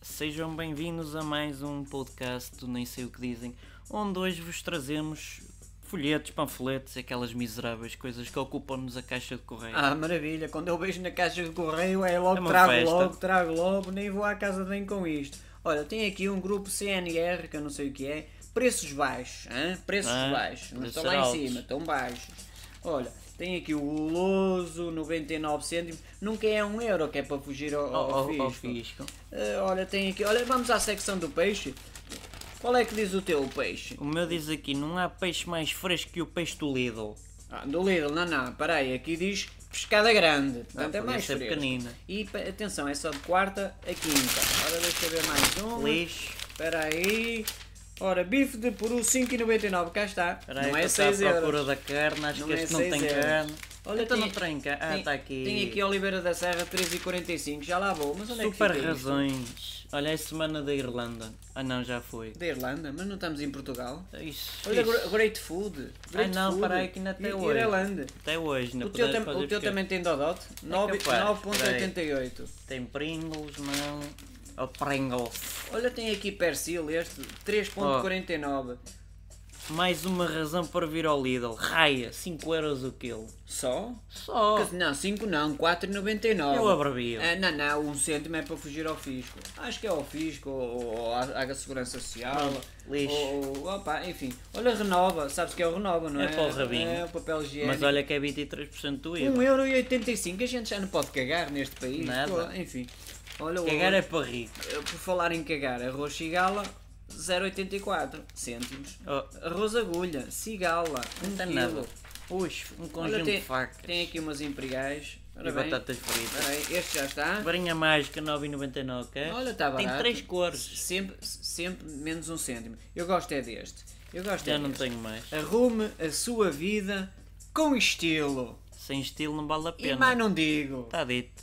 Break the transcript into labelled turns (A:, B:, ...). A: sejam bem-vindos a mais um podcast do Nem Sei O Que Dizem, onde hoje vos trazemos folhetos, panfletos, aquelas miseráveis coisas que ocupam-nos a caixa de correio.
B: Ah, maravilha, quando eu vejo na caixa de correio é logo,
A: É uma
B: trago
A: festa.
B: logo, trago logo, nem vou à casa de bem com isto. Olha, tem aqui um grupo CNR, que eu não sei o que é, preços baixos, hã? preços
A: Ah,
B: baixos, não
A: preços
B: estão lá em
A: altos.
B: cima, estão baixos. Olha, tem aqui o guloso, 99 cêntimos, nunca é um euro que é para fugir ao, ao,
A: Ao-
B: fisco.
A: ao fisco.
B: Ah, olha, tem aqui, olha, vamos à secção do peixe. Qual é que diz o teu peixe?
A: O meu diz aqui, não há peixe mais fresco que o peixe do Lidl.
B: Ah, do Lidl, não, não, peraí, aqui diz pescada grande, portanto é
A: Ah, podia
B: mais
A: ser
B: fresco.
A: pequenina.
B: E pa- atenção, é só de quarta a quinta. Ora, deixa eu ver mais uma.
A: Lixo.
B: Espera aí. Ora, bife de peru 5,99, cá está.
A: Peraí,
B: não
A: que
B: é
A: eu tava
B: 6
A: à procura
B: euros.
A: da carne, acho
B: Não
A: que
B: é
A: este não
B: 6
A: tem
B: euros.
A: carne.
B: Olha,
A: então
B: tem-
A: não tem cá. Ah,
B: tem,
A: está aqui.
B: Tem aqui Oliveira da Serra 3,45, já lá vou, mas onde é
A: Super
B: que fica isto?
A: razões. Olha, é semana da Irlanda. Ah não, já foi.
B: Da Irlanda, mas não estamos em Portugal.
A: Isso,
B: Olha,
A: isso.
B: gr- Great Food. Great
A: não,
B: food.
A: peraí, que ainda tem
B: I-
A: oito.
B: Irlanda.
A: Até hoje, não
B: O teu,
A: podemos
B: tam-
A: fazer
B: o teu
A: pesquisa. É
B: também tem Dodot? Nove-
A: capaz,
B: 9,88.
A: Tem Pringles, não. Oh, Pringles.
B: Olha, tem aqui Persil, este 3,49.
A: Mais uma razão para vir ao Lidl. Raia, 5 euros o quilo.
B: Só?
A: Só.
B: Quer dizer, Não, 5 não, 4,99.
A: Eu abrevio.
B: Ah, não, não, um cêntimo é para fugir ao fisco. Acho que é ao fisco, ou, ou à, à Segurança Social.
A: Hum, lixo.
B: Ou, ou- opa, enfim. Olha, renova, sabes que é o renova, não é?
A: É para o rabinho.
B: É o papel higiênico.
A: Mas olha que é 23% do IVA.
B: 1,85€, a gente já não pode cagar neste país.
A: Nada.
B: pô, enfim. Olha, o-
A: Cagar é para rico.
B: Eh, por falar em cagar, arroz cigala 0,84 cêntimos.
A: Oh.
B: Arroz agulha, cigala, um
A: tem
B: quilo.
A: nada. Puxa, um
B: Olha,
A: conjunto
B: tem,
A: de facas.
B: tem aqui umas imperiais. Ora
A: E
B: bem,
A: batatas fritas.
B: ora bem, este já está.
A: Varinha mágica 9,99, queres?
B: Olha, está
A: Tem
B: barato.
A: três cores.
B: Sempre, sempre menos um cêntimo. Eu gosto é deste. Eu gosto
A: Já
B: é
A: não
B: deste.
A: tenho mais.
B: Arrume a sua vida com estilo.
A: Sem estilo não vale a
B: E
A: pena. Tá
B: mais não digo.
A: Está dito.